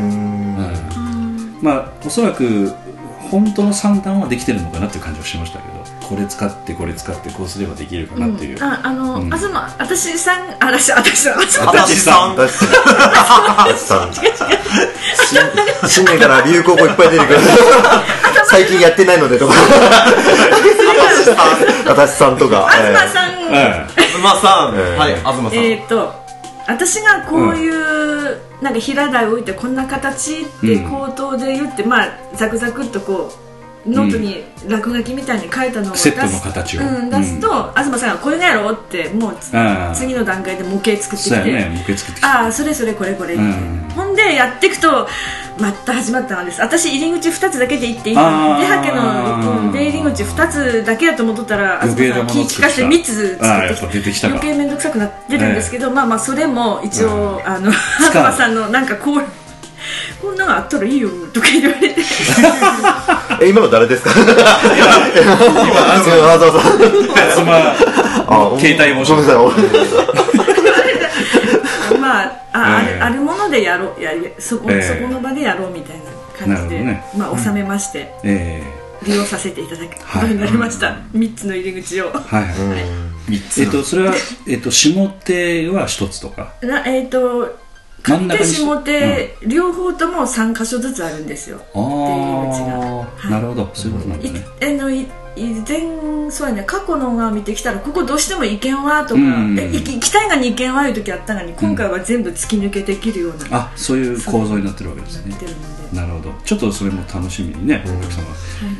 んまあおそらく本当の算段はできてるのかなっていう感じはしましたけどこれ使ってこれ使ってこうすればできるかなってで、いう、ああの、うん東私さんあ私私私あたしさんだしさん新新年から流行語いっぱい出てくる最近やってないのでとかあたしさんとかえ東さん、ええ東さん、えーはい東さん、えー、と私がこういう、なんか平台を置いてこんな形ってうん口頭で言って、まあザクザクっとこうノートに落書きみたいに書いたのを出すセットの形をうん、出すと、東さんが「これがやろ?」ってもうつああ次の段階で模型作ってきそうてやねもう一回作ってきてああそれそれこれこれ、うんほんでやっていくとまた始まったのです私入り口2つだけで行っていい出あーはけの、うん出入り口2つだけだと思っとったら余東計なんさもがの気を利かせて作っ3たあつーや作っってぱき出てきたか余計面倒くさくなってるんですけど、まあまあそれも一応、あのう東さんのなんかこうこんなのあったらいいよとか言わ れてえ今の誰ですかあそうわざわざあ携帯もごめんなさいまああ,、ええあるあるものでやろういやいやそこ、ええそこの場でやろうみたいな感じで、なるほまあ収めまして、 え利用させていただくはいことになりました、三3つの入り口をえはいはい、えっとそれは、えっと、下手は一つとかなえっ、と真ん手中にし下手、両方とも3箇所ずつあるんですよああっていう道がはいなるほどそういうことなんだいねえのい以前そうやね過去のが見てきたらここどうしても行けんわとか、うんえ行き行きたいがに行けんわいう時あったのに今回は全部突き抜けできるような、あそういう構造になってるわけですねなってるのでなるほどちょっとそれも楽しみにねお客様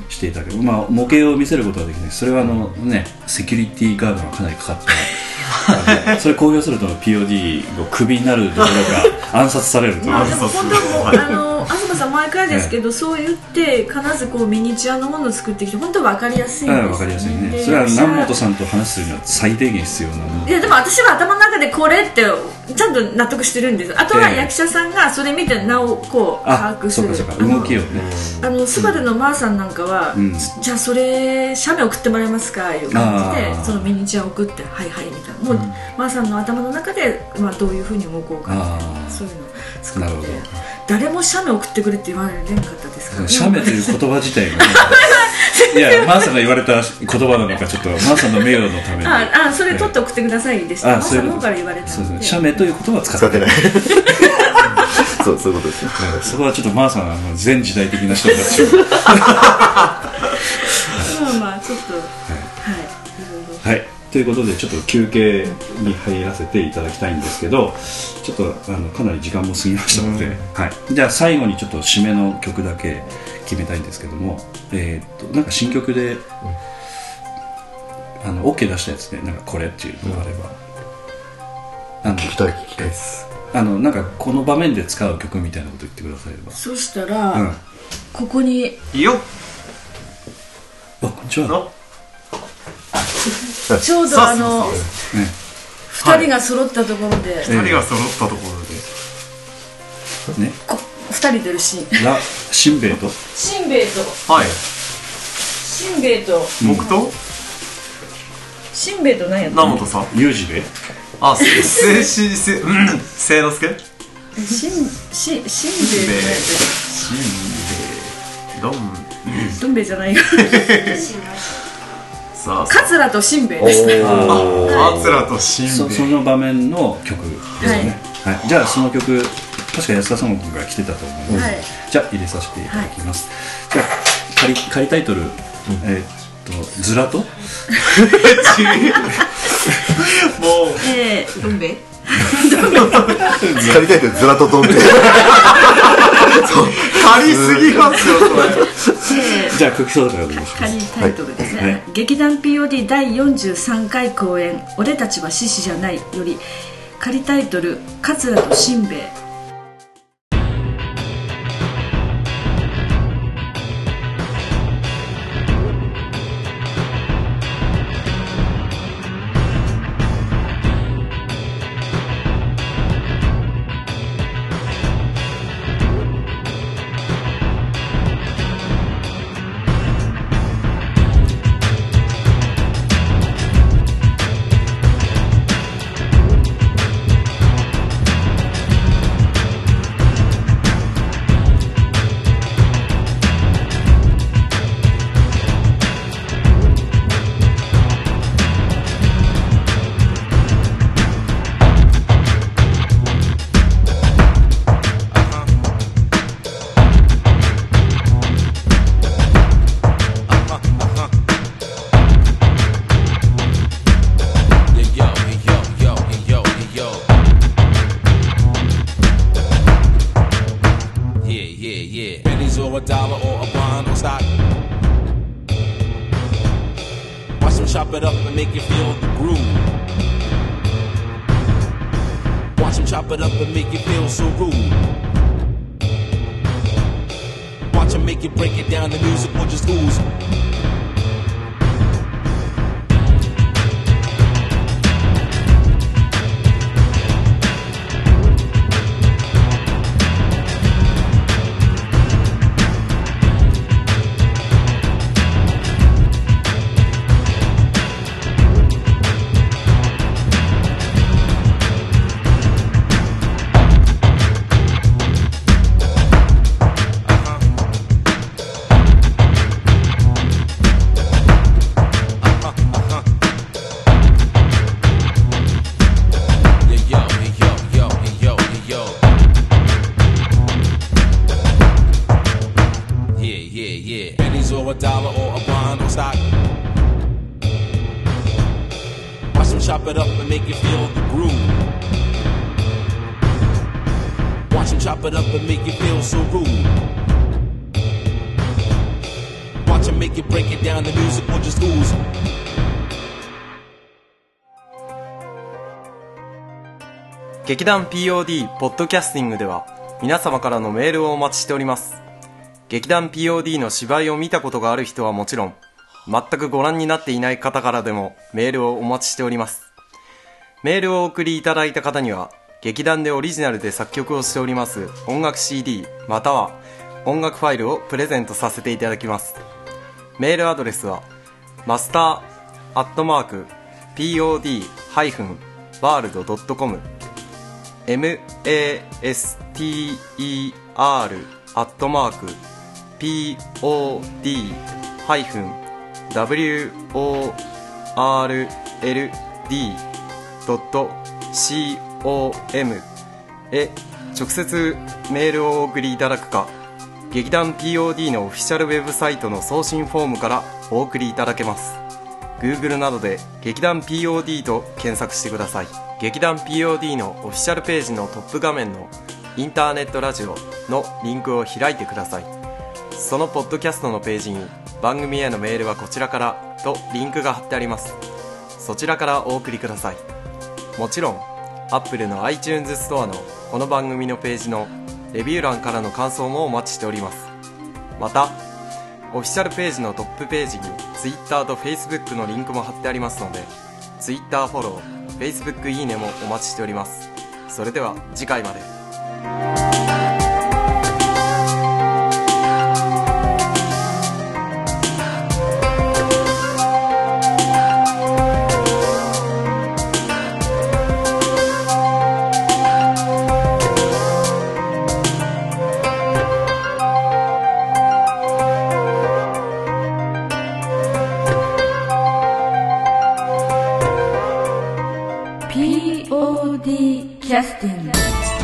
してい ただけど、まあ模型を見せることはできないそれはあのねセキュリティガードがかなりかかったあのそれ公表すると POD をクビになるところが暗殺されるというまあ、でも本当もうあの東さん毎回ですけど、そう言って必ずこうミニチュアのものを作ってきて本当わかりやすいんですうんわかりやすいねそれは南本さんと話するには最低限必要なものいやでも私は頭の中でこれってちゃんと納得してるんですあとは役者さんがそれ見てなおこう把あ握すそうるかそうか動きをねあのスバルのマーさんなんかは、うんじゃあそれ写メ送ってもらえますかいう感じあーでそのミニチュア送ってはいはいみたいなもう、マーさんの頭の中で、まあ、どういうふうに動こうかああそういうのを作なっるほてど誰も写メ送ってくれって言われなかったですから、ね、写メという言葉自体 がねいやマーさんが言われた言葉なのかちょっとマーさんの名誉のためにああそれ撮って送ってくださいでした、あマーそうさいんうのこと方から言われたそうんそうで写メという言葉は使使っっててなないいそうそういうことですよそこはちょっとマーさんはあの全時代的な人たちをうんまあちょっとはい、いろいろはいということでちょっと休憩に入らせていただきたいんですけどちょっとあのかなり時間も過ぎましたので、はい、じゃあ最後にちょっと締めの曲だけ決めたいんですけども、えーっとなんか新曲で、あの OK 出したやつで、なんかこれっていうのがあれば、あの聞きたい聞きたいですあのなんかこの場面で使う曲みたいなこと言ってくだされば、そしたら、うん、あここによっこんにちはのちょうどあのね二人が揃ったところで、二人が揃ったところでねこ二人出るシーンラ・シンベイとしんべヱとはいしんべヱと僕としんべヱと何やっ南本さんユージであせせしせうんせいのすけたしんししんべしんべヱどんヱと何やったどん兵衛じゃないよさあカツラとしんべヱおですーあつらとしんそべそヱの場面の曲ですよね、はいじゃあその曲確か安田さんが来てたと思うので、はいじゃあ入れさせていただきます、じゃあ仮仮タイトル、えーっと「ずらと」もうえー、どん兵衛使いたいってずらととんで借りすぎますよそれじゃあ曲紹介お願いします仮タイトルですね、はい劇団 POD 第43回公演「俺たちは獅子じゃない」より仮タイトル「カツラとしんべヱ」劇団 POD ポッドキャスティングでは皆様からのメールをお待ちしております劇団 POD の芝居を見たことがある人はもちろん全くご覧になっていない方からでもメールをお待ちしておりますメールをお送りいただいた方には劇団でオリジナルで作曲をしております音楽 CD または音楽ファイルをプレゼントさせていただきますメールアドレスはマスターアットマーク pod-world.com master アットマーク pod-world.com へ直接メールをお送りいただくか劇団 POD のオフィシャルウェブサイトの送信フォームからお送りいただけます Google などで劇団 POD と検索してください劇団 POD のオフィシャルページのトップ画面のインターネットラジオのリンクを開いてくださいそのポッドキャストのページに番組へのメールはこちらからとリンクが貼ってありますそちらからお送りくださいもちろん Apple の iTunes ストアのこの番組のページのレビュー欄からの感想もお待ちしておりますまたオフィシャルページのトップページに Twitter と Facebook のリンクも貼ってありますので Twitter フォロー Facebook いいねもお待ちしておりますそれでは次回までキャスティング